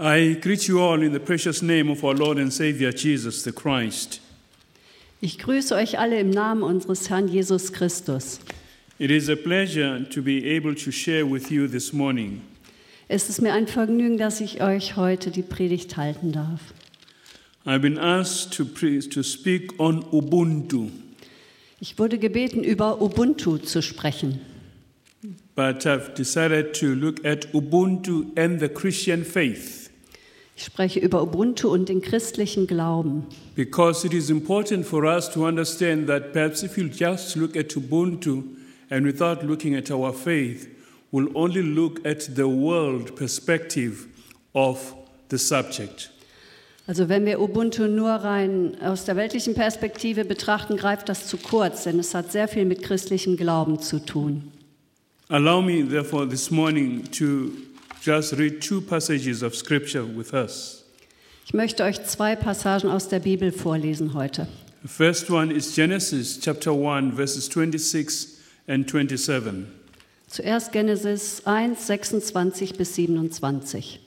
I greet you all in the precious name of our Lord and Savior Jesus the Christ. Ich grüße euch alle im Namen unseres Herrn Jesus Christus. It is a pleasure to be able to share with you this morning. Es ist mir ein Vergnügen, dass ich euch heute die Predigt halten darf. I've been asked to, pre- to speak on Ubuntu, Ich wurde gebeten, über Ubuntu zu sprechen. but I've decided to look at Ubuntu and the Christian faith Ich spreche über Ubuntu und den christlichen Glauben, because it is important for us to understand that perhaps if you just look at Ubuntu and without looking at our faith, we'll only look at the world perspective of the subject. Also wenn wir Ubuntu nur rein aus der weltlichen Perspektive betrachten, greift das zu kurz, denn es hat sehr viel mit christlichem Glauben zu tun. Allow me, therefore, this morning to just read two passages of Scripture with us. Ich möchte euch zwei Passagen aus der Bibel vorlesen heute. The first one is Genesis chapter 1, verses 26 and 27. Zuerst Genesis 1, 26 bis 27.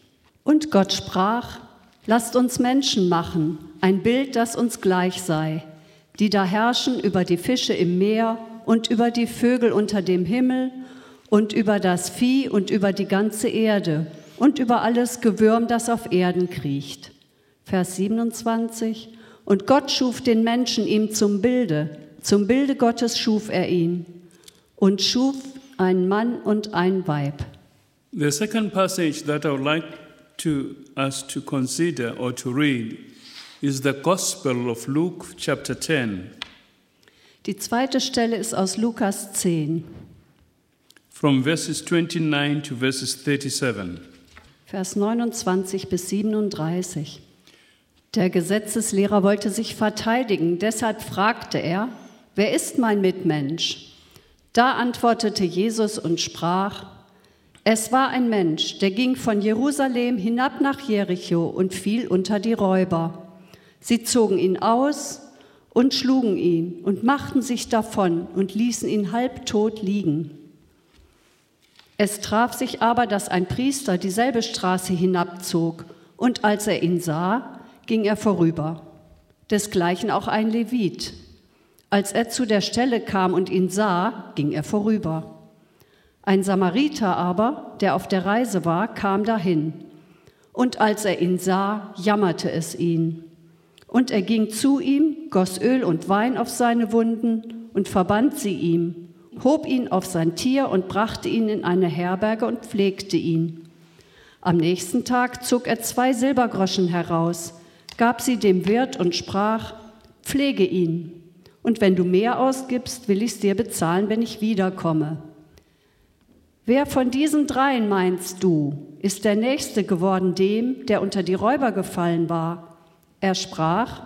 Und Gott sprach, lasst uns Menschen machen, ein Bild, das uns gleich sei, die da herrschen über die Fische im Meer und über die Vögel unter dem Himmel und über das Vieh und über die ganze Erde und über alles Gewürm, das auf Erden kriecht. Vers 27. Und Gott schuf den Menschen ihm zum Bilde, zum Bilde Gottes schuf er ihn und schuf einen Mann und ein Weib. The second passage that I would like to, us to consider or to read is the Gospel of Luke chapter 10, Die zweite Stelle ist aus Lukas 10, from verses 29 to verses 37. Vers 29 bis 37. Der Gesetzeslehrer wollte sich verteidigen, deshalb fragte er, wer ist mein Mitmensch? Da antwortete Jesus und sprach, es war ein Mensch, der ging von Jerusalem hinab nach Jericho und fiel unter die Räuber. Sie zogen ihn aus und schlugen ihn und machten sich davon und ließen ihn halbtot liegen. Es traf sich aber, dass ein Priester dieselbe Straße hinabzog, und als er ihn sah, ging er vorüber. Desgleichen auch ein Levit. Als er zu der Stelle kam und ihn sah, ging er vorüber. Ein Samariter aber, der auf der Reise war, kam dahin. Und als er ihn sah, jammerte es ihn. Und er ging zu ihm, goss Öl und Wein auf seine Wunden und verband sie ihm, hob ihn auf sein Tier und brachte ihn in eine Herberge und pflegte ihn. Am nächsten Tag zog er zwei Silbergroschen heraus, gab sie dem Wirt und sprach, pflege ihn. Und wenn du mehr ausgibst, will ich's dir bezahlen, wenn ich wiederkomme. Wer von diesen dreien meinst du, ist der Nächste geworden dem, der unter die Räuber gefallen war? Er sprach,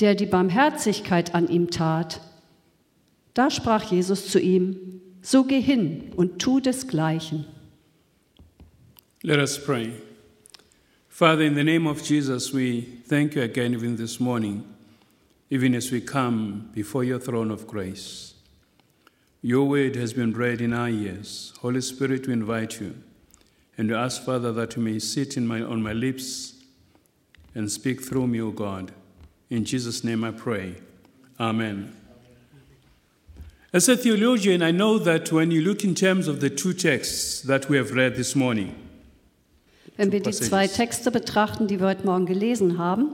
der die Barmherzigkeit an ihm tat. Da sprach Jesus zu ihm, so geh hin und tu desgleichen. Let us pray. Father, in the name of Jesus, we thank you again even this morning, even as we come before your throne of grace. Your word has been read in our ears. Holy Spirit, we invite you. And we ask, Father, that you may sit in my, on my lips and speak through me, O God. In Jesus' name I pray. Amen. As a theologian, I know that when you look in terms of the two texts that we have read this morning, Wenn wir die zwei Texte betrachten, die wir heute Morgen gelesen haben,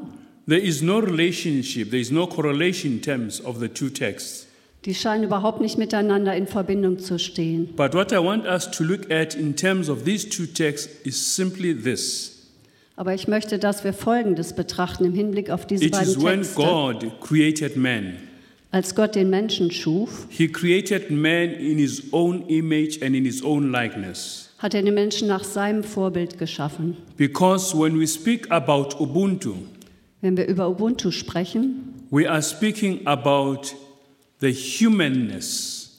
There is no relationship, there is no correlation in terms of the two texts. die scheinen überhaupt nicht miteinander in Verbindung zu stehen. But what I want us to look at in terms of these two texts is simply this Aber ich möchte, dass wir Folgendes betrachten im Hinblick auf diese it is beiden when Texte. God created man. Als Gott den Menschen schuf, He created man in his own image and in his own likeness. hat er den Menschen nach seinem Vorbild geschaffen. Because when we speak about Ubuntu, Wenn wir über Ubuntu sprechen, we are speaking about the humanness.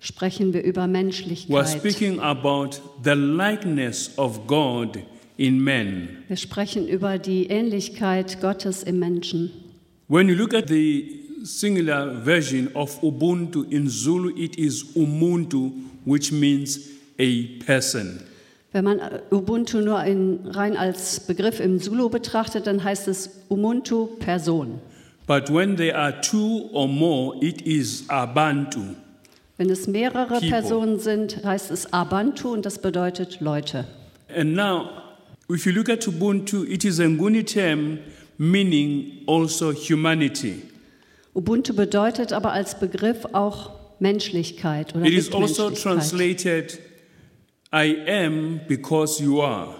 sprechen wir über We are Menschlichkeit. speaking about the likeness of God in man. Wir sprechen über die Ähnlichkeit Gottes im Menschen. When you look at the singular version of Ubuntu in Zulu, it is Umuntu, which means a person. Wenn man Ubuntu nur in, rein als Begriff im Zulu betrachtet, dann heißt es Ubuntu Person. But when there are two or more, it is Abantu. Wenn es mehrere People. Personen sind, heißt es Abantu und das bedeutet Leute. And now, if you look at Ubuntu, it is a Nguni term meaning also humanity. Ubuntu bedeutet aber als Begriff auch Menschlichkeit oder It is also Mitmenschlichkeit. translated, I am because you are.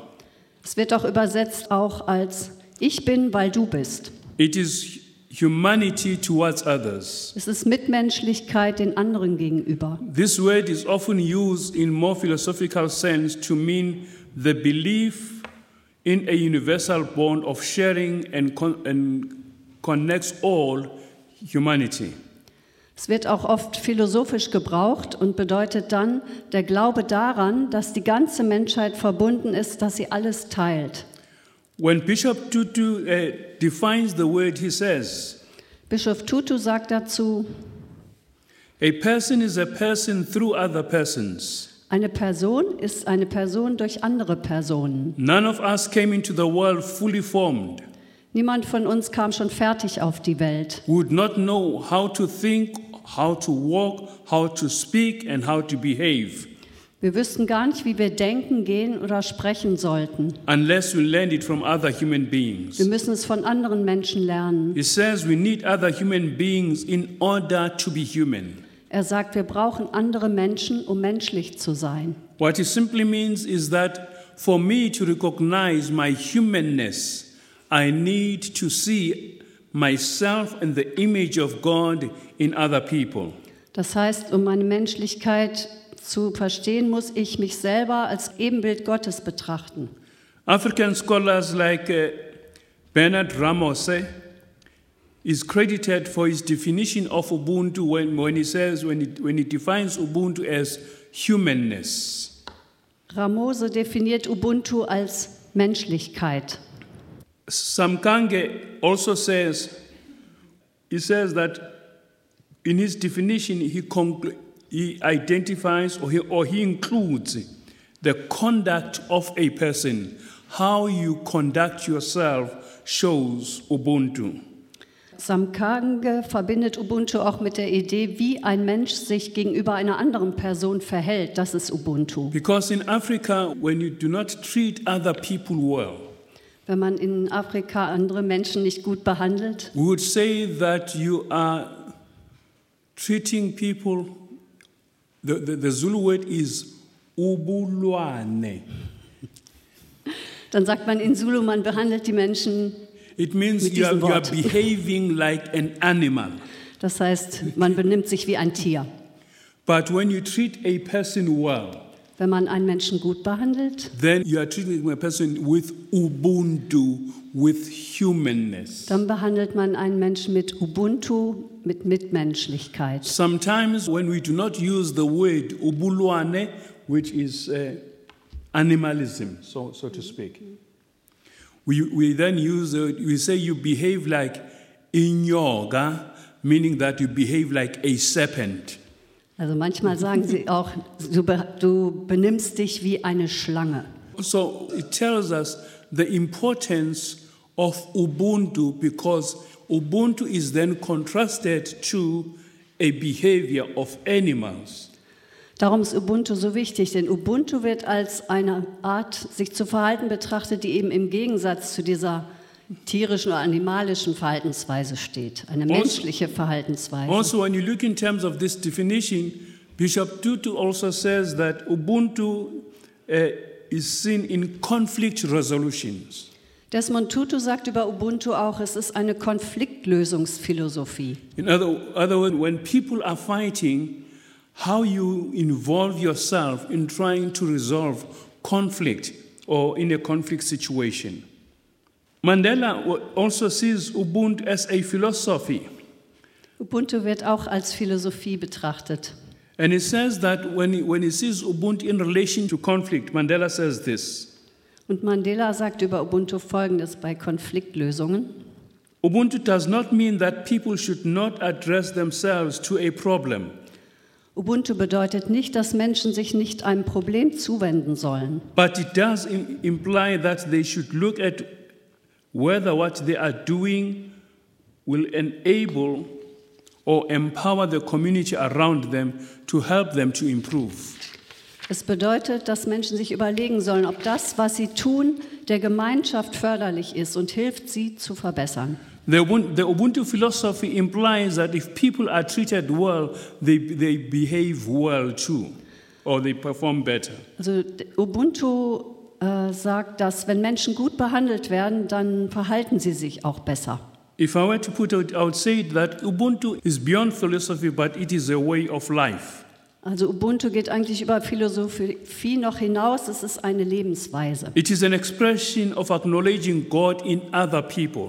Es wird auch übersetzt auch als Ich bin, weil du bist. It is humanity towards others. Es ist Mitmenschlichkeit den anderen gegenüber. This word is often used in more philosophical sense to mean the belief in a universal bond of sharing and, con- and connects all humanity. Es wird auch oft philosophisch gebraucht und bedeutet dann der Glaube daran, dass die ganze Menschheit verbunden ist, dass sie alles teilt. When Bishop Tutu uh, defines the word, he says, Bischof Tutu sagt dazu, A person is a person through other persons. eine Person ist eine Person durch andere Personen. None of us came into the world fully formed. Niemand von uns kam schon fertig auf die Welt. We would not know how to think, how to walk, how to speak, and how to behave Wir wüssten gar nicht, wie wir denken, gehen oder sprechen sollten. unless we learned it from other human Wir beings. müssen es von anderen Menschen lernen. He says we need other human beings in order to be human. Er sagt, wir brauchen andere Menschen, um menschlich zu sein. What it simply means is that for me to recognize my humanness, I need to see myself and the image of God in other people. Das heißt, um meine Menschlichkeit zu verstehen, muss ich mich selber als Ebenbild Gottes betrachten. African scholars like uh, Bernard Ramos eh, is credited for his definition of Ubuntu when, when he says, when he, when he defines Ubuntu as humanness. Ramose definiert Ubuntu als Menschlichkeit. Samkange also says, he says that in his definition, he, conclu- he identifies or he, or he includes the conduct of a person. How you conduct yourself shows Ubuntu. Samkange verbindet Ubuntu auch mit der Idee, wie ein Mensch sich gegenüber einer anderen Person verhält. Das ist Ubuntu. Because in Africa, when you do not treat other people well, Wenn man in Afrika andere Menschen nicht gut behandelt, we would say that you are treating people, the, the, the Zulu word is ubulwane. dann sagt man in Zulu, man behandelt die Menschen, It means Mit you are, diesem you are Wort. behaving like an animal. das heißt, man benimmt sich wie ein Tier. But when you treat a person well, Wenn man einen Menschen gut behandelt, then you are treating a person with ubuntu, with humanness. dann behandelt man einen Menschen mit Ubuntu, mit Mitmenschlichkeit. Sometimes when we do not use the word ubulwane, which is uh, animalism, so, so to speak, we, we then use, the, we say you behave like inyoga, meaning that you behave like a serpent. Also manchmal sagen sie auch, du, be du benimmst dich wie eine Schlange. So it tells us the importance of Ubuntu because Ubuntu is then contrasted to a behavior of animals. Darum ist Ubuntu so wichtig, denn Ubuntu wird als eine Art, sich zu verhalten betrachtet, die eben im Gegensatz zu dieser tierischen oder animalischen Verhaltensweise steht. Eine menschliche Verhaltensweise. Also, when you look in terms of this definition, Bishop Tutu also says that Ubuntu eh, is seen in conflict resolutions. Desmond Tutu sagt über Ubuntu auch, es ist eine Konfliktlösungsphilosophie. In other, other words, when people are fighting, how you involve yourself in trying to resolve conflict or in a conflict situation. Mandela wa- also sees Ubuntu as a philosophy, Ubuntu wird auch als Philosophie betrachtet. and he says that when he, when he sees Ubuntu in relation to conflict, Mandela says this. Und Mandela sagt über Ubuntu Folgendes bei Konfliktlösungen. Ubuntu does not mean that people should not address themselves to a problem, Ubuntu bedeutet nicht, dass Menschen sich nicht einem Problem zuwenden sollen. But it does im- imply that they should look at whether what they are doing will enable or empower the community around them to help them to improve. Es bedeutet, dass Menschen sich überlegen sollen, ob das, was sie tun, der Gemeinschaft förderlich ist und hilft, sie zu verbessern. The Ubun- the Ubuntu philosophy implies that if people are treated well, they, they behave well too, or they perform better. Also d- Ubuntu äh, sagt, dass wenn Menschen gut behandelt werden, dann verhalten sie sich auch besser. If I were to put it, I would say that Ubuntu is beyond philosophy, but it is a way of life. Also Ubuntu geht eigentlich über Philosophie noch hinaus, es ist eine Lebensweise. It is an expression of acknowledging God in other people.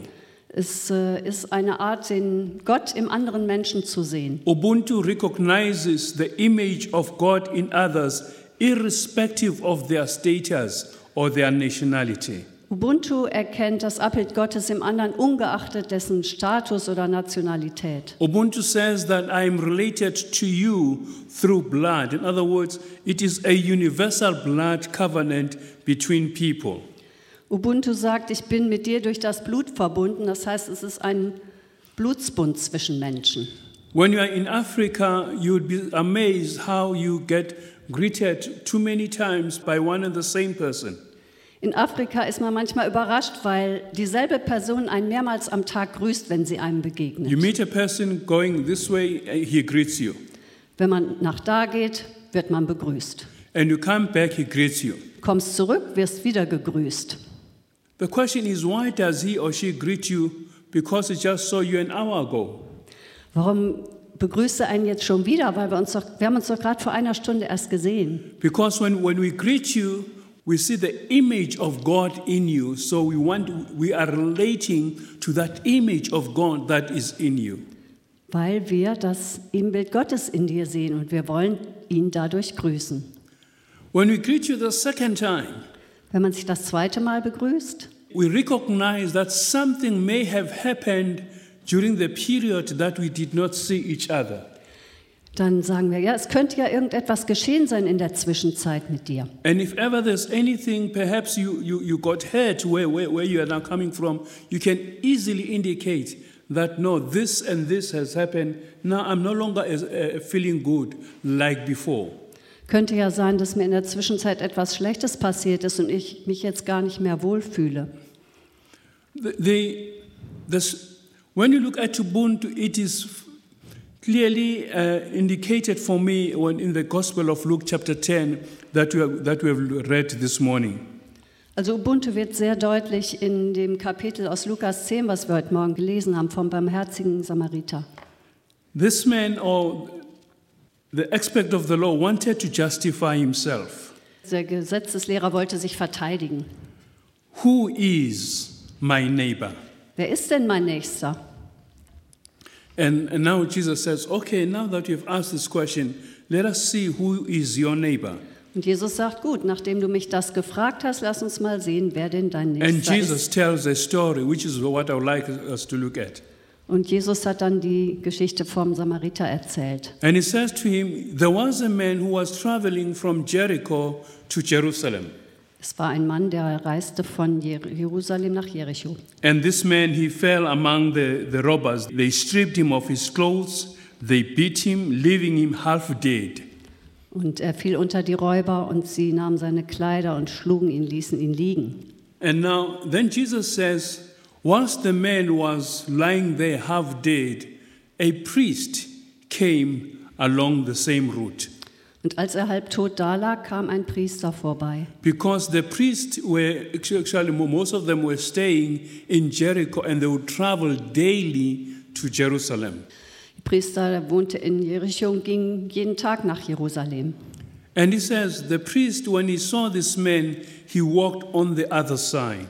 Es äh, ist eine Art, den Gott im anderen Menschen zu sehen. Ubuntu recognizes the image of God in others, irrespective of their status or their nationality. Ubuntu erkennt das Abbild Gottes im anderen, ungeachtet dessen Status oder Nationalität. Ubuntu says that I am related to you through blood. In other words, it is a universal blood covenant between people. Ubuntu sagt, ich bin mit dir durch das Blut verbunden. Das heißt, es ist ein Blutsbund zwischen Menschen. When you are in Africa, you would be amazed how you get greeted too many times by one and the same person. In Afrika ist man manchmal überrascht, weil dieselbe Person einen mehrmals am Tag grüßt, wenn sie einem You begegnet. meet a person going this way, eh, he greets you. Wenn man nach da geht, wird man begrüßt. And you come back, he greets you. Kommst zurück, wirst wieder gegrüßt. The question is, why does he or she greet you? Because he just saw you an hour ago. Warum begrüßt er einen jetzt schon wieder? Weil wir uns doch, wir haben uns doch gerade vor einer Stunde erst gesehen. Because when, when we greet you, we see the image of God in you. So we, want, we are relating to that image of God that is in you. Weil wir das Ebenbild Gottes in dir sehen und wir wollen ihn dadurch grüßen. When we greet you the second time, Wenn man sich das zweite Mal begrüßt, we recognize that something may have happened during the period that we did not see each other. dann sagen wir, ja, es könnte ja irgendetwas geschehen sein in der Zwischenzeit mit dir. And if ever there's anything, perhaps you, you, you got hurt where, where, where you are now coming from, you can easily indicate that no, this and this has happened. Now I'm no longer as, uh, feeling good like before. Könnte ja sein, dass mir in der Zwischenzeit etwas Schlechtes passiert ist und ich mich jetzt gar nicht mehr wohlfühle. The, the, this, when you look at Ubuntu, it is clearly uh, indicated for me when in the Gospel of Luke, chapter 10, that we, have, that we have read this morning. Also Ubuntu wird sehr deutlich in dem Kapitel aus Lukas 10, was wir heute Morgen gelesen haben, vom barmherzigen Samariter. This man, or the expert of the law, wanted to justify himself. Der Gesetzeslehrer wollte sich verteidigen. Who is my neighbor? Wer ist denn mein Nächster? And, and now Jesus says, okay, now that you've asked this question, let us see who is your neighbor. Und Jesus sagt, gut, nachdem du mich das gefragt hast, lass uns mal sehen, wer denn dein And Nächster Jesus ist. tells a story, which is what I would like us to look at. Und Jesus hat dann die Geschichte vom Samariter erzählt. And he says to him, There was a man who was traveling from Jericho to Jerusalem. Es war ein Mann, der reiste von Jer- Jerusalem nach Jericho. And this man, he fell among the, the robbers. They stripped him of his clothes, they beat him, leaving him half dead. Und er fiel unter die Räuber und sie nahmen seine Kleider und schlugen ihn, ließen ihn liegen. And now, then Jesus says, Whilst the man was lying there half dead, a priest came along the same route. Und als er halbtot dalag, kam ein Priester vorbei. Because the priests were actually, most of them were staying in Jericho and they would travel daily to Jerusalem. Der Priester der wohnte in Jericho und ging jeden Tag nach Jerusalem. And he says, the priest, when he saw this man, he walked on the other side.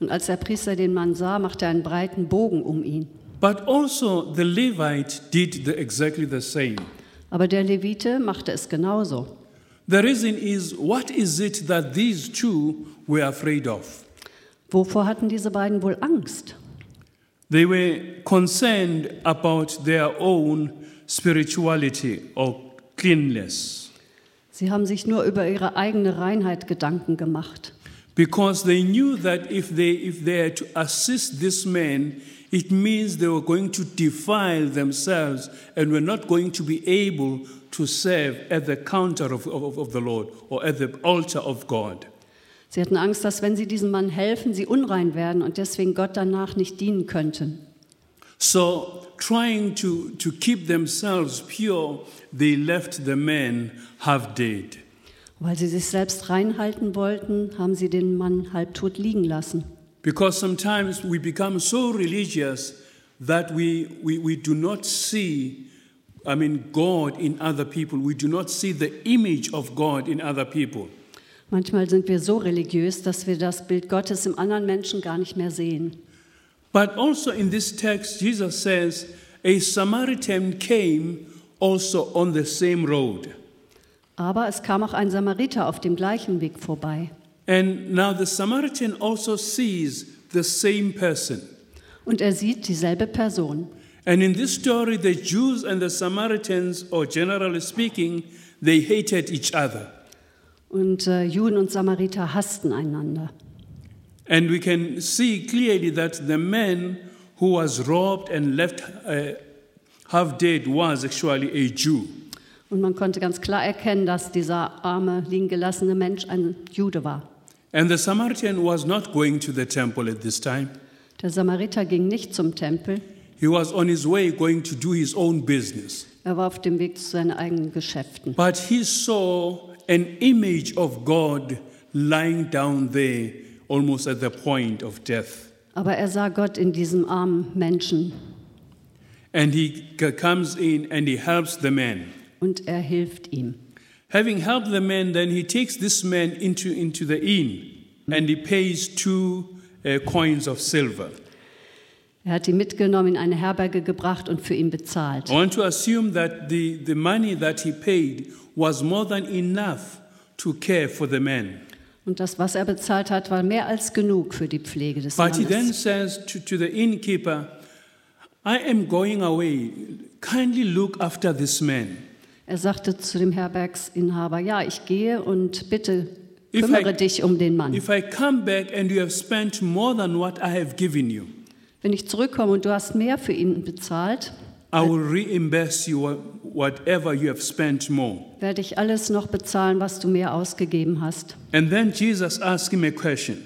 Und als der Priester den Mann sah, machte er einen breiten Bogen um ihn. But also the Levite did the, exactly the same. Aber der Levite machte es genauso. The reason is, what is it that these two were afraid of? Wovor hatten diese beiden wohl Angst? They were concerned about their own spirituality or cleanliness Sie haben sich nur über ihre eigene Reinheit Gedanken gemacht, because they knew that if they, if they had to assist this man, it means they were going to defile themselves and were not going to be able to serve at the counter of, of, of the Lord or at the altar of God. Sie hatten Angst, dass wenn sie diesem Mann helfen, sie unrein werden und deswegen Gott danach nicht dienen könnten. So, trying to, to keep themselves pure, they left the man half dead. Weil sie sich selbst reinhalten wollten, haben sie den Mann halbtot liegen lassen. Because sometimes we become so religious that we, we, we do not see, I mean, God in other people. We do not see the image of God in other people. Manchmal sind wir so religiös, dass wir das Bild Gottes im anderen Menschen gar nicht mehr sehen. But also in this text, Jesus says, A Samaritan came also on the same road. Aber es kam auch ein Samariter auf dem gleichen Weg vorbei. And now the Samaritan also sees the same person. Und er sieht dieselbe Person. And in this story, the Jews and the Samaritans, or generally speaking, they hated each other. Und äh, Juden und Samariter hassten einander. And we can see clearly that the man who was robbed and left uh, half dead was actually a Jew. Und man konnte ganz klar erkennen, dass dieser arme, liegen gelassene Mensch ein Jude war. And the Samaritan was not going to the temple at this time. Der Samariter ging nicht zum Tempel, He was on his way going to do his own business. er war auf dem Weg zu seinen eigenen Geschäften. But he saw an image of God lying down there, almost at the point of death. Aber er sah Gott in diesem armen Menschen And he c- comes in and he helps the man. und er hilft ihm. Having helped the man, then he takes this man into, into the inn and he pays two uh, coins of silver. Er hat ihn mitgenommen, in eine Herberge gebracht und für ihn bezahlt. I want to assume that the, the money that he paid was more than enough to care for the man. Und das, was er bezahlt hat, war mehr als genug für die Pflege des But he then Mannes. says to, to the innkeeper, I am going away. Kindly look after this man. Er sagte zu dem Herbergsinhaber, ja, ich gehe und bitte If kümmere I- dich um den Mann. If I come back and you have spent more than what I have given you, Wenn ich zurückkomme und du hast mehr für ihn bezahlt, I will reimburse you wha- whatever you have spent more. werde ich alles noch bezahlen, was du mir ausgegeben hast. And then Jesus asks him a question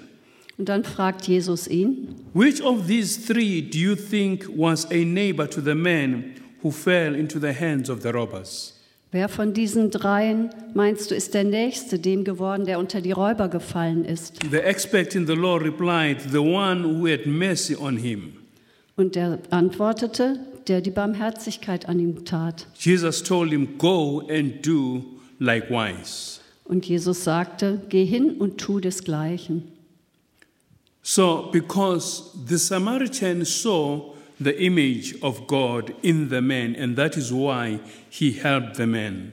Und dann fragt Jesus ihn, Which of these three do you think was a neighbor to the man who fell into the hands of the robbers? wer von diesen dreien meinst du ist der Nächste dem geworden, der unter die Räuber gefallen ist? The expert in the law replied, The one who had mercy on him. Und er antwortete, der die Barmherzigkeit an ihm tat. Jesus told him, Go and do likewise. Und Jesus sagte, geh hin und tu desgleichen. So, because the Samaritan saw the image of God in the man, and that is why he helped the man.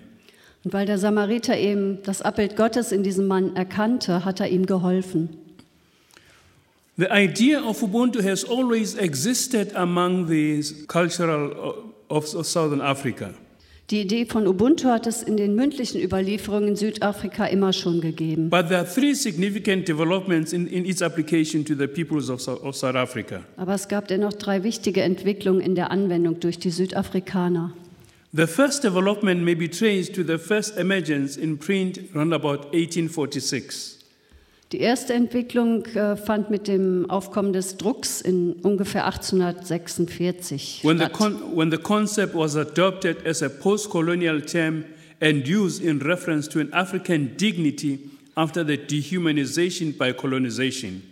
Und weil der Samariter eben das Abbild Gottes in diesem Mann erkannte, hat er ihm geholfen. The idea of Ubuntu has always existed among the cultural uh, of, of Southern Africa. Die Idee von Ubuntu hat es in den mündlichen Überlieferungen in Südafrika immer schon gegeben. But there are three significant developments in, in its application to the peoples of, Sou- of South Africa. Aber es gab dennoch drei wichtige Entwicklungen in der Anwendung durch die Südafrikaner. The first development may be traced to the first emergence in print around about 1846. Die erste Entwicklung äh, fand mit dem Aufkommen des Drucks in ungefähr 1846 When the, statt. con- when the concept was adopted as a post colonial term and used in reference to an African dignity after the dehumanization by colonization.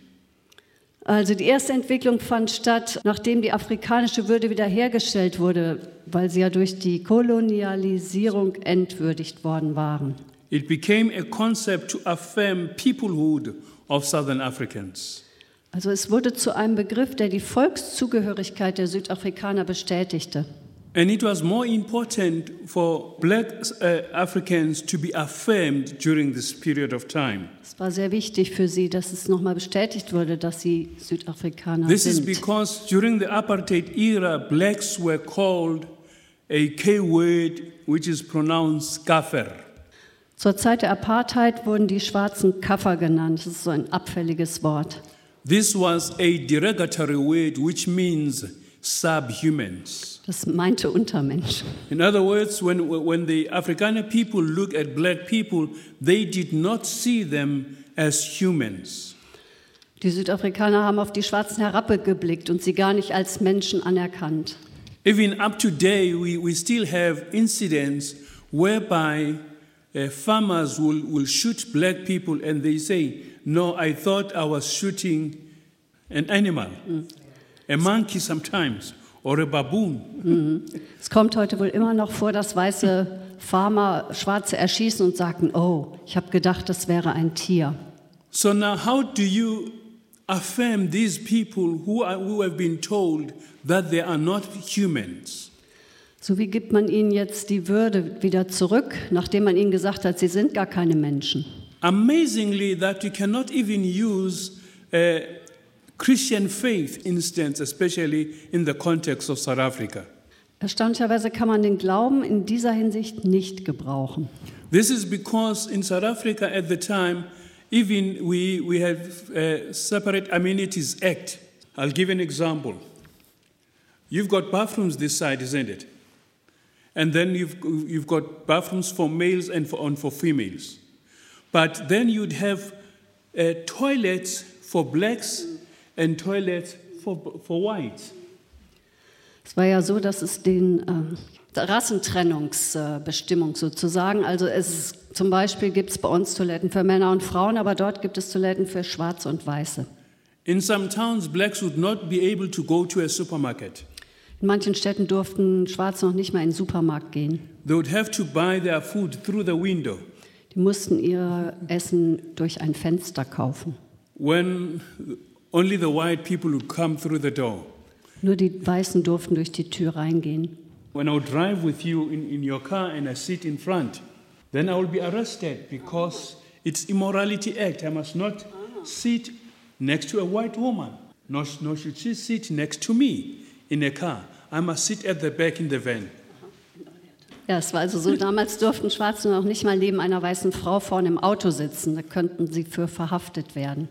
Also die erste Entwicklung fand statt, nachdem die afrikanische Würde wiederhergestellt wurde, weil sie ja durch die Kolonialisierung entwürdigt worden waren. It became a concept to affirm peoplehood of Southern Africans. Also es wurde zu einem Begriff, der die Volkszugehörigkeit der Südafrikaner bestätigte. And it was more important for black uh, Africans to be affirmed during this period of time. Es war sehr wichtig für sie, dass es nochmal bestätigt wurde, dass sie Südafrikaner This is sind. because during the apartheid era, blacks were called uh, a K word which is pronounced kafir. Zur Zeit der Apartheid wurden die Schwarzen Kaffer genannt. Das ist so ein abfälliges Wort. This was a derogatory word which means subhumans. Das meinte Untermensch. In other words, when, when the Afrikaner people look at black people, they did not see them as humans. Die Südafrikaner haben auf die Schwarzen herabgeblickt und sie gar nicht als Menschen anerkannt. Even up to today, we, we still have incidents whereby uh, farmers will, will shoot black people and they say, No, I thought I was shooting an animal, a monkey sometimes, or a baboon. Es kommt heute wohl immer noch vor, dass weiße Farmer Schwarze erschießen und sagten, oh, ich habe gedacht, das wäre ein Tier. So now, how do you affirm these people who, are, who have been told that they are not humans? So wie gibt man ihnen jetzt die Würde wieder zurück, nachdem man ihnen gesagt hat, sie sind gar keine Menschen. Amazingly, that you cannot even use uh, Christian faith instance, especially in the context of South Africa. Erstaunlicherweise kann man den Glauben in dieser Hinsicht nicht gebrauchen. This is because in South Africa at the time, even we, we have uh, separate amenities act. I'll give an example. You've got bathrooms this side, isn't it? And then you've, you've got bathrooms for males and for, and for females. But then you'd have uh, toilets for blacks and toilets for, for whites. Es war ja so, dass es den ähm, Rassentrennungsbestimmung sozusagen, also es ist, zum Beispiel gibt es bei uns Toiletten für Männer und Frauen, aber dort gibt es Toiletten für Schwarze und Weiße. In some towns, blacks would not be able to go to a supermarket. In manchen Städten durften Schwarze noch nicht mal in den Supermarkt gehen. They would have to buy their food through the window. Die mussten ihr Essen durch ein Fenster kaufen. when only the white people would come through the door. Nur die Weißen durften durch die Tür reingehen. When I would drive with you in, in your car and I sit in front, then I will be arrested because it's Immorality Act. I must not sit next to a white woman, nor, sh- nor should she sit next to me in a car. I must sit at the back in the van. Ja, es war also so, damals durften Schwarze noch nicht mal neben einer weißen Frau vorne im Auto sitzen. Da könnten sie für verhaftet werden.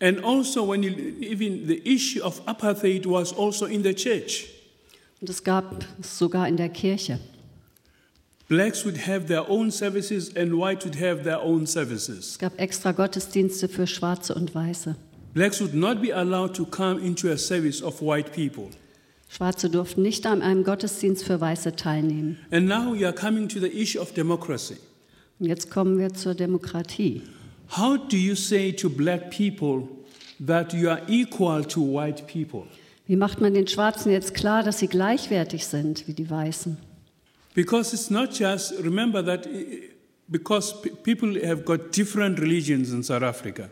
And also, when you, even the issue of apartheid was also in the church. Und es gab es sogar in der Kirche. Blacks would have their own services and whites would have their own services. Es gab extra Gottesdienste für Schwarze und Weiße. Blacks would not be allowed to come into a service of white people. Schwarze durften nicht an einem Gottesdienst für Weiße teilnehmen. And now you are coming to the issue of democracy. Und jetzt kommen wir zur Demokratie. How do you say to black people that you are equal to white people? Wie macht man den Schwarzen jetzt klar, dass sie gleichwertig sind wie die Weißen? Because it's not just, remember that eh, because pe- people have got different religions in South Africa.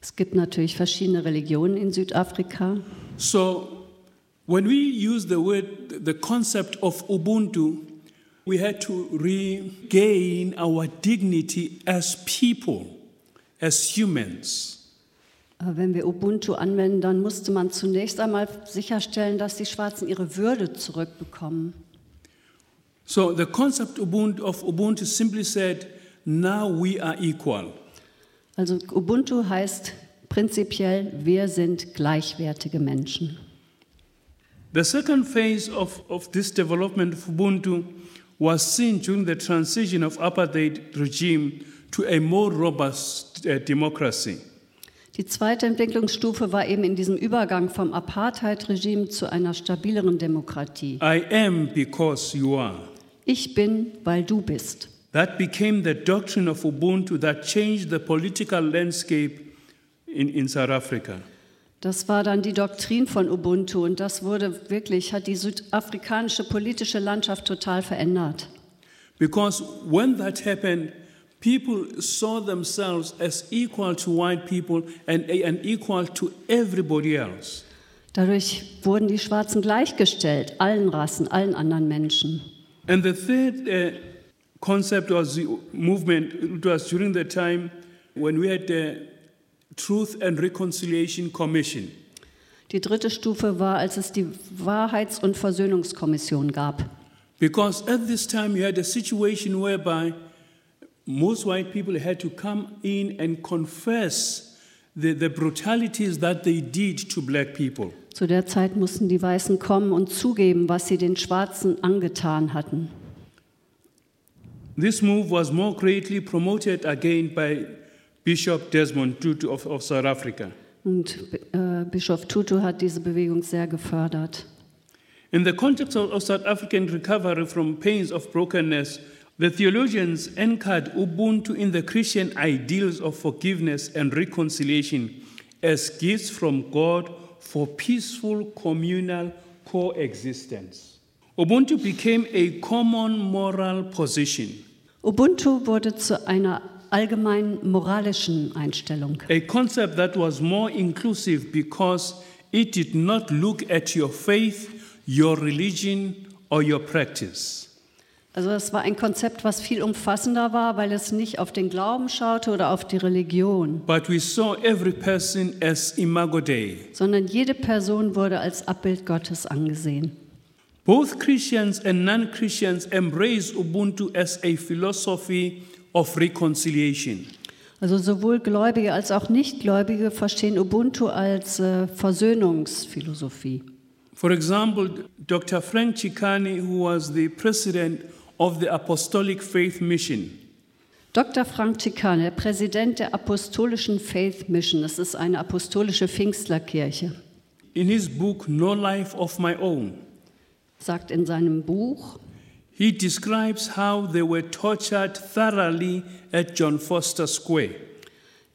Es gibt natürlich verschiedene Religionen in Südafrika. So when we use the word, the concept of Ubuntu, we had to regain our dignity as people, as humans. Äh, Wenn wir Ubuntu anwenden, dann musste man zunächst einmal sicherstellen, dass die Schwarzen ihre Würde zurückbekommen. So the concept Ubuntu- of Ubuntu simply said, now we are equal. Also Ubuntu heißt prinzipiell, wir sind gleichwertige Menschen. The second phase of, of this development of Ubuntu was seen during the transition of apartheid regime to a more robust uh, democracy. Die zweite Entwicklungsstufe war eben in diesem Übergang vom Apartheid-Regime zu einer stabileren Demokratie. I am because you are. Ich bin, weil du bist. That became the doctrine of Ubuntu that changed the political landscape in, in South Africa. Das war dann die Doktrin von Ubuntu und das wurde wirklich, hat die südafrikanische politische Landschaft total verändert. Because when that happened, people saw themselves as equal to white people and, and equal to everybody else. Dadurch wurden die Schwarzen gleichgestellt, allen Rassen, allen anderen Menschen. And the third uh, concept was the movement, it was during the time when we had the Truth and Reconciliation Commission. Die dritte Stufe war, als es die Wahrheits- und Versöhnungskommission gab. Because at this time, you had a situation whereby most white people had to come in and confess the, the brutalities that they did to black people. Zu der Zeit mussten die Weißen kommen und zugeben, was sie den Schwarzen angetan hatten. This move was more greatly promoted again by Bishop Desmond Tutu of, of South Africa. Und äh, Bischof Tutu hat diese Bewegung sehr gefördert. In the context of, of South African recovery from pains of brokenness, the theologians anchored Ubuntu in the Christian ideals of forgiveness and reconciliation as gifts from God for peaceful communal coexistence. Ubuntu became a common moral position, Ubuntu wurde zu einer allgemeinen moralischen Einstellung. a concept that was more inclusive because it did not look at your faith, your religion, or your practice. Also es war ein Konzept, was viel umfassender war, weil es nicht auf den Glauben schaute oder auf die Religion, But we saw every person as imago Dei. sondern jede Person wurde als Abbild Gottes angesehen. Both Christians and non Christians embrace Ubuntu as a philosophy of reconciliation. Also sowohl Gläubige als auch Nichtgläubige verstehen Ubuntu als äh, Versöhnungsphilosophie. For example, Dr. Frank Chikani, who was the president of the Apostolic Faith Mission, Dr. Frank Tikan, der Präsident der Apostolischen Faith Mission, das ist eine apostolische Pfingstlerkirche, in his book No Life of My Own, sagt in seinem Buch, he describes how they were tortured thoroughly at John Foster Square.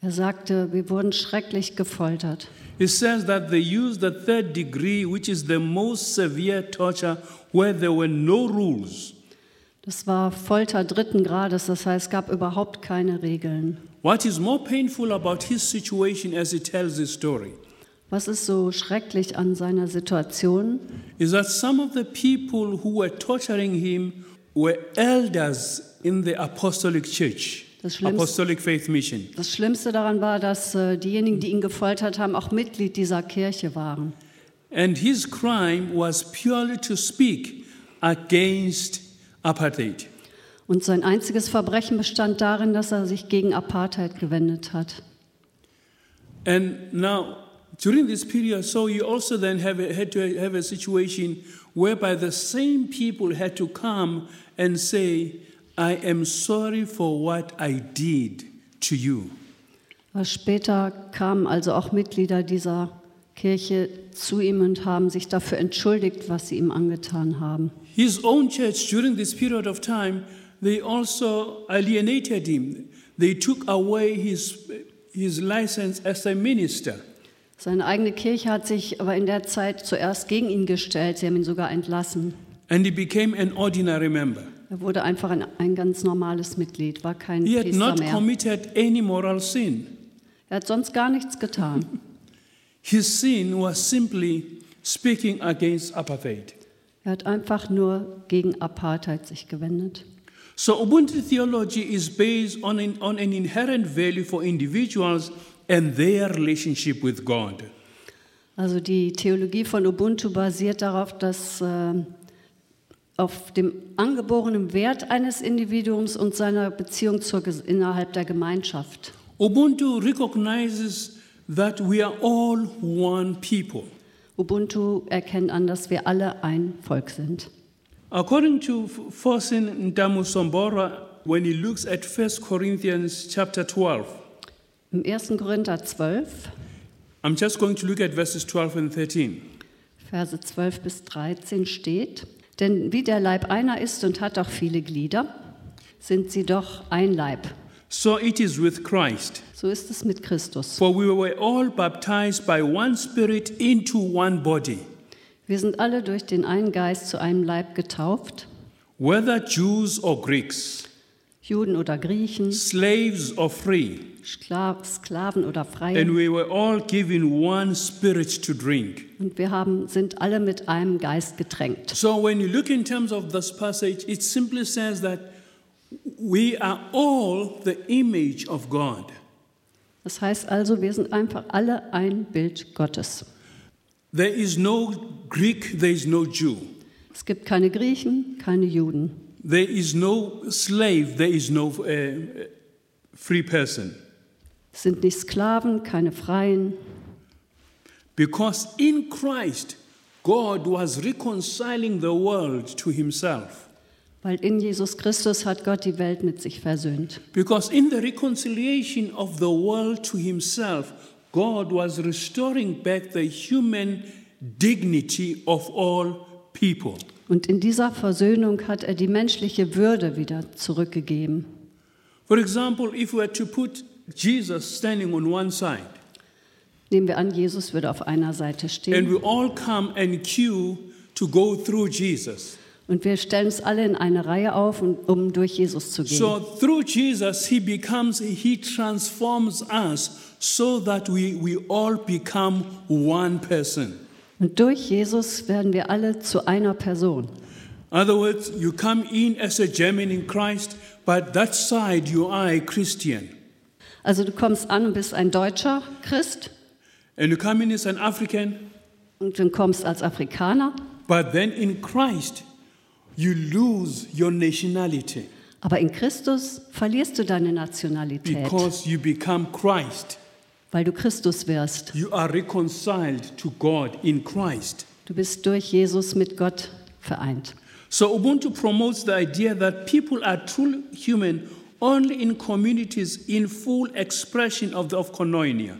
er sagte, wir wurden schrecklich gefoltert. It says that they used the third degree, which is the most severe torture, where there were no rules. Das war Folter dritten Grades, das heißt, es gab überhaupt keine Regeln. What is more painful about his situation as he tells his story Was ist so schrecklich an seiner Situation? is that some of the people who were torturing him were elders in the apostolic church, Das Schlimmste- apostolic faith mission. Das Schlimmste daran war, dass äh, diejenigen, die ihn gefoltert haben, auch Mitglied dieser Kirche waren. And his crime was purely to speak against apartheid. Und sein einziges Verbrechen bestand darin, dass er sich gegen Apartheid gewendet hat. And now, during this period, so you also then have a, had to have a situation whereby the same people had to come and say, I am sorry for what I did to you. Aber Später kamen also auch Mitglieder dieser Kirche zu ihm und haben sich dafür entschuldigt, was sie ihm angetan haben. His own church, during this period of time, they also alienated him. They took away his, his license as a minister. Seine eigene Kirche hat sich aber in der Zeit zuerst gegen ihn gestellt. Sie haben ihn sogar entlassen. And he became an ordinary member. Er wurde einfach ein, ein ganz normales Mitglied, war kein He had Priester not mehr. committed any moral sin. Er hat sonst gar nichts getan. His sin was simply speaking against apartheid. Er hat einfach nur gegen Apartheid sich gewendet. So, Ubuntu theology is based on an, on an inherent value for individuals and their relationship with God. Also die Theologie von Ubuntu basiert darauf, dass äh, auf dem angeborenen Wert eines Individuums und seiner Beziehung zur, Ges- innerhalb der Gemeinschaft. Ubuntu recognizes that we are all one people. Ubuntu erkennt an, dass wir alle ein Volk sind. According to Fosin Ndamu Sombora, when he looks at 1 Corinthians chapter 12, Im 1. Korinther 12, I'm just going to look at verses 12 and 13. Verse 12 bis 13 steht, denn wie der Leib einer ist und hat auch viele Glieder, sind sie doch ein Leib. So it is with Christ. So ist es mit Christus. For we were all baptized by one Spirit into one body, Wir sind alle durch den einen Geist zu einem Leib getauft, whether Jews or Greeks, Juden oder Griechen, slaves or free, Skla Sklaven oder and Freie. we were all given one Spirit to drink. Und wir haben, sind alle mit einem Geist getränkt. So when you look in terms of this passage, it simply says that we are all the image of God. Das heißt also, wir sind einfach alle ein Bild Gottes. There is no Greek, there is no Jew. Es gibt keine Griechen, keine Juden. There is no slave, there is no uh, free person. Es sind nicht Sklaven, keine Freien. Because in Christ, God was reconciling the world to himself. Weil in Jesus Christus hat Gott die Welt mit sich versöhnt. Because in the reconciliation of the world to himself, God was restoring back the human dignity of all people. Und in dieser Versöhnung hat er die menschliche Würde wieder zurückgegeben. For example, if we were to put Jesus standing on one side, Nehmen wir an, Jesus würde auf einer Seite and stehen. we all come and queue to go through Jesus. Und wir stellen uns alle in eine Reihe auf, um- um durch Jesus zu gehen. So through Jesus, he becomes, he transforms us so that we, we all become one person. Und durch Jesus werden wir alle zu einer Person. In other words, you come in as a German in Christ, but that side you are a Christian. Also du kommst an und bist ein deutscher Christ And you come in as an African, und dann kommst als Afrikaner, but then in Christ, you lose your nationality aber in Christus verlierst du deine Nationalität, because you become Christ. weil du Christus wirst. You are reconciled to God in Christ. Du bist durch Jesus mit Gott vereint. So Ubuntu promotes the idea that people are truly human only in communities in full expression of the of koinonia.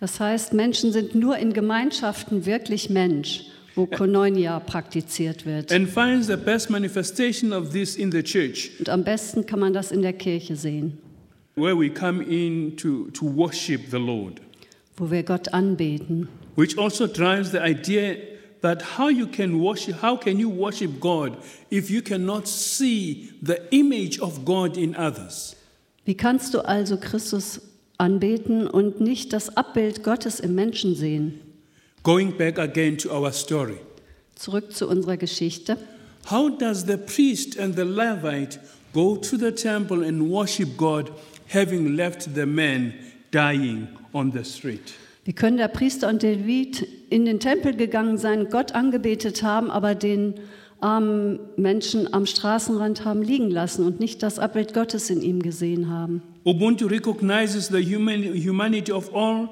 Das heißt, Menschen sind nur in Gemeinschaften wirklich Mensch, wo Koinonia praktiziert wird. And finds the best manifestation of this in the church, Und am besten kann man das in der Kirche sehen, where we come in to, to worship the Lord, wo wir Gott anbeten. which also drives the idea that how you can worship, how can you worship God if you cannot see the image of God in others? Wie kannst du also Christus anbeten und nicht das Abbild Gottes im Menschen sehen? Going back again to our story. Zurück zu unserer Geschichte. How does the priest and the Levite go to the temple and worship God, having left the man dying on the street? Wie können der Priester und der Levit in den Tempel gegangen sein, Gott angebetet haben, aber den armen Menschen am Straßenrand haben liegen lassen und nicht das Abbild Gottes in ihm gesehen haben? Ubuntu recognizes the human, humanity of all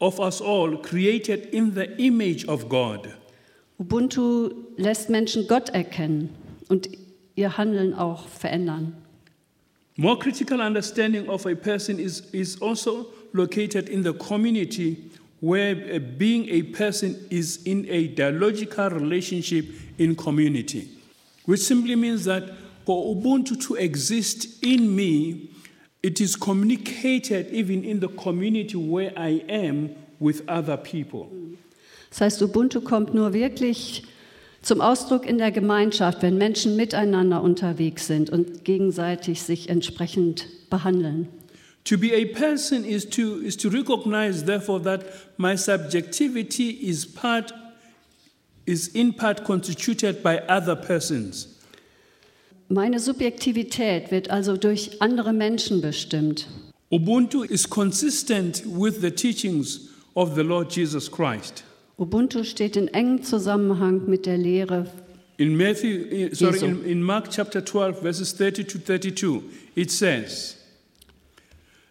of us all, created in the image of God. Ubuntu lässt Menschen Gott erkennen und ihr Handeln auch verändern. More critical understanding of a person is, is also located in the community where uh, being a person is in a dialogical relationship in community, which simply means that for Ubuntu to exist in me, it is communicated even in the community where I am with other people. Das heißt, Ubuntu kommt nur wirklich zum Ausdruck in der Gemeinschaft, wenn Menschen miteinander unterwegs sind und gegenseitig sich entsprechend behandeln. To be a person is to, is to recognize, therefore, that my subjectivity is part is in part constituted by other persons. Meine Subjektivität wird also durch andere Menschen bestimmt. Ubuntu is consistent with the teachings of the Lord Jesus Christ. Ubuntu steht in engem Zusammenhang mit der Lehre. In Matthew, eh, sorry, Jesu. in, in Mark chapter 12, verses 30 to 32, it says,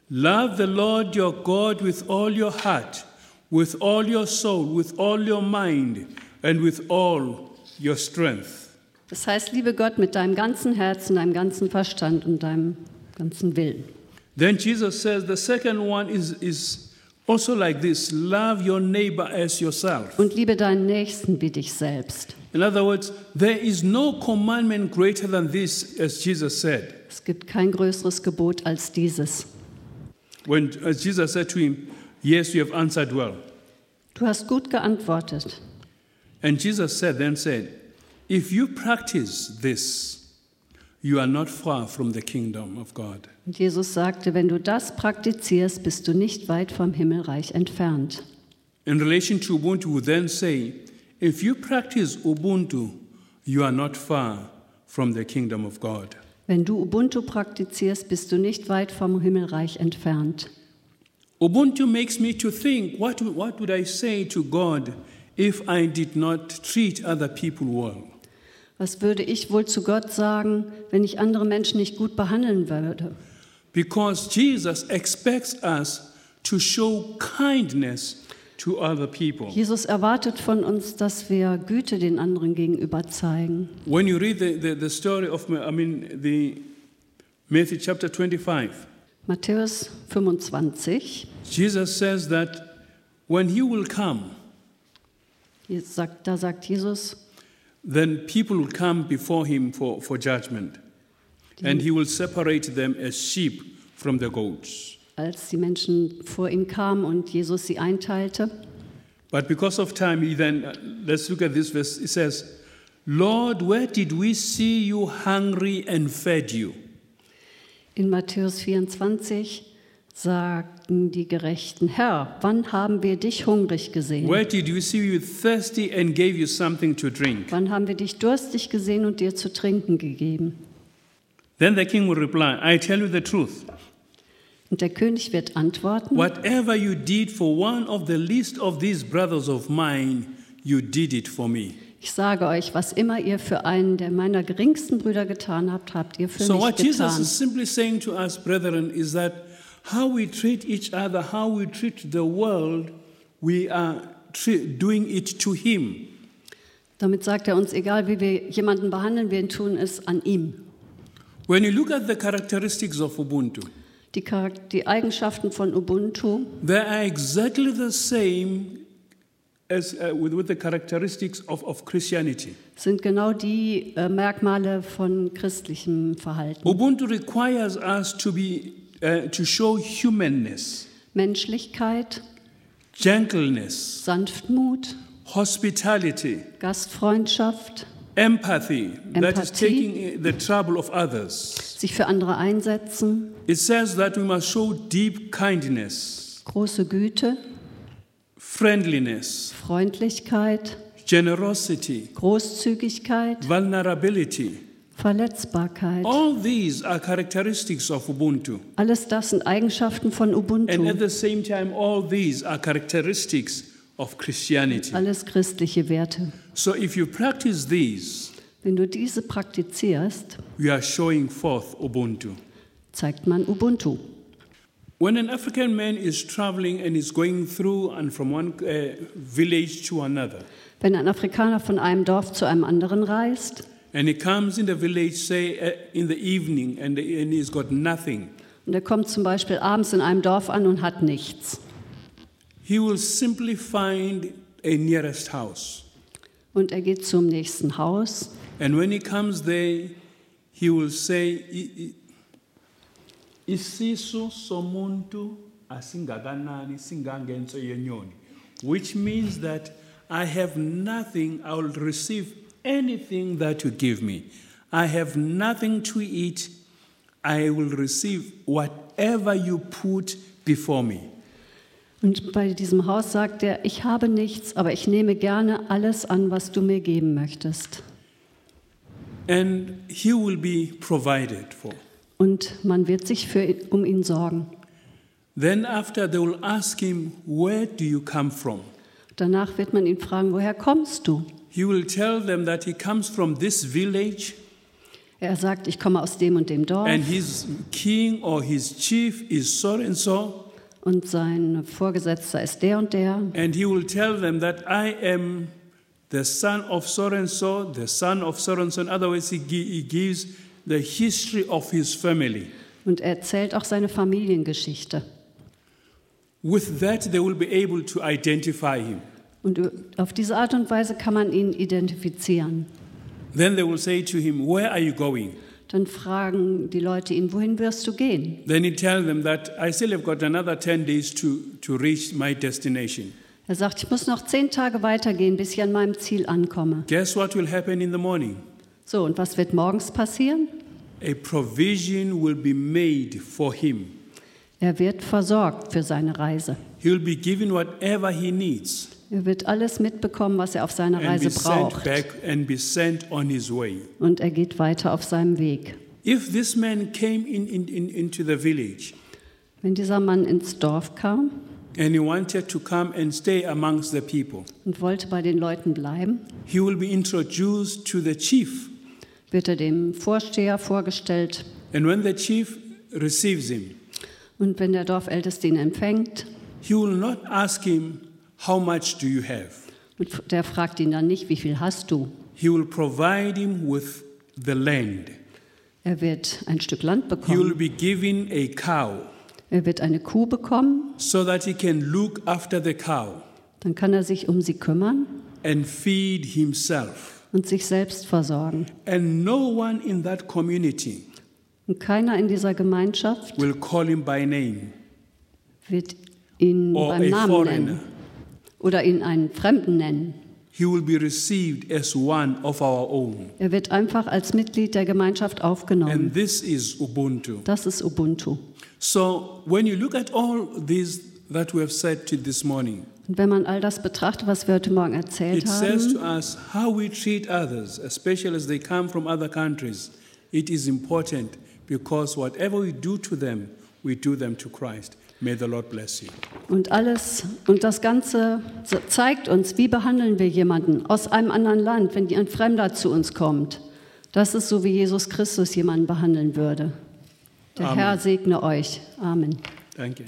Love the Lord your God with all your heart, with all your soul, with all your mind, and with all your strength. Das heißt, liebe Gott mit deinem ganzen Herzen, deinem ganzen Verstand und deinem ganzen Willen. Then Jesus says, the second one is, is also like this love your neighbor as yourself. Und liebe deinen Nächsten wie dich selbst. In other words, there is no commandment greater than this, as Jesus said. Es gibt kein größeres Gebot als dieses. When as Jesus said to him, Yes, you have answered well. Du hast gut geantwortet. And Jesus said, then said, If you practice this, you are not far from the kingdom of God. Und Jesus sagte, wenn du das praktizierst, bist du nicht weit vom Himmelreich entfernt. In relation to Ubuntu, we then say, If you practice Ubuntu, you are not far from the kingdom of God. Wenn du Ubuntu praktizierst, bist du nicht weit vom Himmelreich entfernt. Ubuntu makes me to think what, what would I say to God if I did not treat other people well? Was würde ich wohl zu Gott sagen, wenn ich andere Menschen nicht gut behandeln würde? Because Jesus expects us to show kindness to other people. Jesus erwartet von uns, dass wir Güte den anderen gegenüber zeigen. When you read the, the, the story of, Ma- I mean, the Matthew chapter 25, Matthäus 25, Jesus says that when he will come, hier sagt, da sagt Jesus, then people will come before him for, for judgment, and he will separate them as sheep from the goats. als die Menschen vor ihm kamen und Jesus sie einteilte, But because of time, he then, let's look at this verse. It says, Lord, where did we see you hungry and fed you? in Matthäus 24 sagten die Gerechten, Herr, wann haben wir dich hungrig gesehen? Where did we see you thirsty and gave you something to drink? Wann haben wir dich durstig gesehen und dir zu trinken gegeben? Then the king will reply, I tell you the truth. Und der König wird antworten, Whatever you did for one of the least of these brothers of mine, you did it for me. ich sage euch, was immer ihr für einen der meiner geringsten Brüder getan habt, habt ihr für So, mich what Jesus getan. is simply saying to us, brethren, is that how we treat each other, how we treat the world, we are tre- doing it to Him. Damit sagt er uns, egal wie wir jemanden behandeln, wir tun es an ihm. When you look at the characteristics of Ubuntu, Die, Charak- die Eigenschaften von Ubuntu they are exactly the same as uh, with, with the characteristics of, of Christianity. sind genau die äh, Merkmale von christlichem Verhalten. Ubuntu requires us to be uh, to show humanness, Menschlichkeit, gentleness, Sanftmut, hospitality, Gastfreundschaft, empathy, that is Empathie. taking the trouble of others. sich für andere einsetzen, It says that we must show deep kindness, große Güte, friendliness, Freundlichkeit, generosity, Großzügigkeit, vulnerability. Verletzbarkeit. All these are characteristics of Ubuntu. Alles das sind Eigenschaften von And at Ubuntu. the same time, all these are characteristics of Christianity. Alles christliche Werte. So if you practice these, Wenn du diese praktizierst, you are showing forth Ubuntu. zeigt man Ubuntu. When an African man is traveling and is going through and from one uh, village to another, Wenn ein Afrikaner von einem Dorf zu einem anderen reist and he comes in the village, say, uh, in the evening, and, and he's got nothing, und er kommt zum Beispiel abends in einem Dorf an und hat nichts he will simply find a nearest house. und er geht zum nächsten Haus And when he comes there, he will say, "I- i- Isisu somuntu asingakanani singangenso yenyoni, which means that I have nothing, I will receive anything that you give me. I have nothing to eat, I will receive whatever you put before me. und bei diesem Haus sagt er, ich habe nichts, aber ich nehme gerne alles an, was du mir geben möchtest. And he will be provided for. Und man wird sich für, ihn- um ihn sorgen. Then after they will ask him, Where do you come from? Danach wird man ihn fragen, woher kommst du? He will tell them that he comes from this village Er sagt, ich komme aus dem und dem Dorf and his king or his chief is so and so. und sein Vorgesetzter ist der und der. And he will tell them that I am the son of so and so, the son of so and so. In other words, he, gi- he gives the history of his family. Und er erzählt auch seine Familiengeschichte. With that, they will be able to identify him. Und ü- auf diese Art und Weise kann man ihn identifizieren. Then they will say to him, Where are you going? Dann fragen die Leute ihn, wohin wirst du gehen? Then he tells them that I still have got another 10 days to, to reach my destination. Er sagt, ich muss noch zehn Tage weitergehen, bis ich an meinem Ziel ankomme. Guess what will happen in the morning? So, und was wird morgens passieren? A provision will be made for him. Er wird versorgt für seine Reise. He will be given whatever he needs Er wird alles mitbekommen, was er auf seiner and Reise be sent braucht. back and be sent on his way. Und er geht weiter auf seinem Weg. If this man came in, in, in- into the village Wenn dieser Mann ins Dorf kam and he wanted to come and stay amongst the people. und wollte bei den Leuten bleiben, He will be introduced to the chief, wird er dem Vorsteher vorgestellt. and when the chief receives him, Und wenn der Dorfälteste ihn empfängt, he will not ask him, How much do you have? und der fragt ihn dann nicht, wie viel hast du? He will provide him with the land. Er wird ein Stück Land He will bekommen, be given a cow er wird eine Kuh bekommen, so that he can look after the cow dann kann er sich um sie kümmern and feed himself. und sich selbst versorgen. And no one in that community Und keiner in dieser Gemeinschaft will call him by name wird ihn or beim a Namen Oh, foreigner. nennen oder ihn einen Fremden nennen. He will be received as one of our own. Er wird einfach als Mitglied der Gemeinschaft And aufgenommen. this is Ubuntu. Das ist Ubuntu. So when you look at all these that we have said to this morning, Und wenn man all das betrachtet, was wir heute Morgen it erzählt says haben, to us how we treat others, especially as they come from other countries. It is important because whatever we do to them, we do them to Christ. May the Lord bless you. und alles und das Ganze so- zeigt uns, wie behandeln wir jemanden aus einem anderen Land, wenn ein Fremder zu uns kommt. Das ist so, wie Jesus Christus jemanden behandeln würde. Der Amen. Herr segne euch. Amen. Thank you.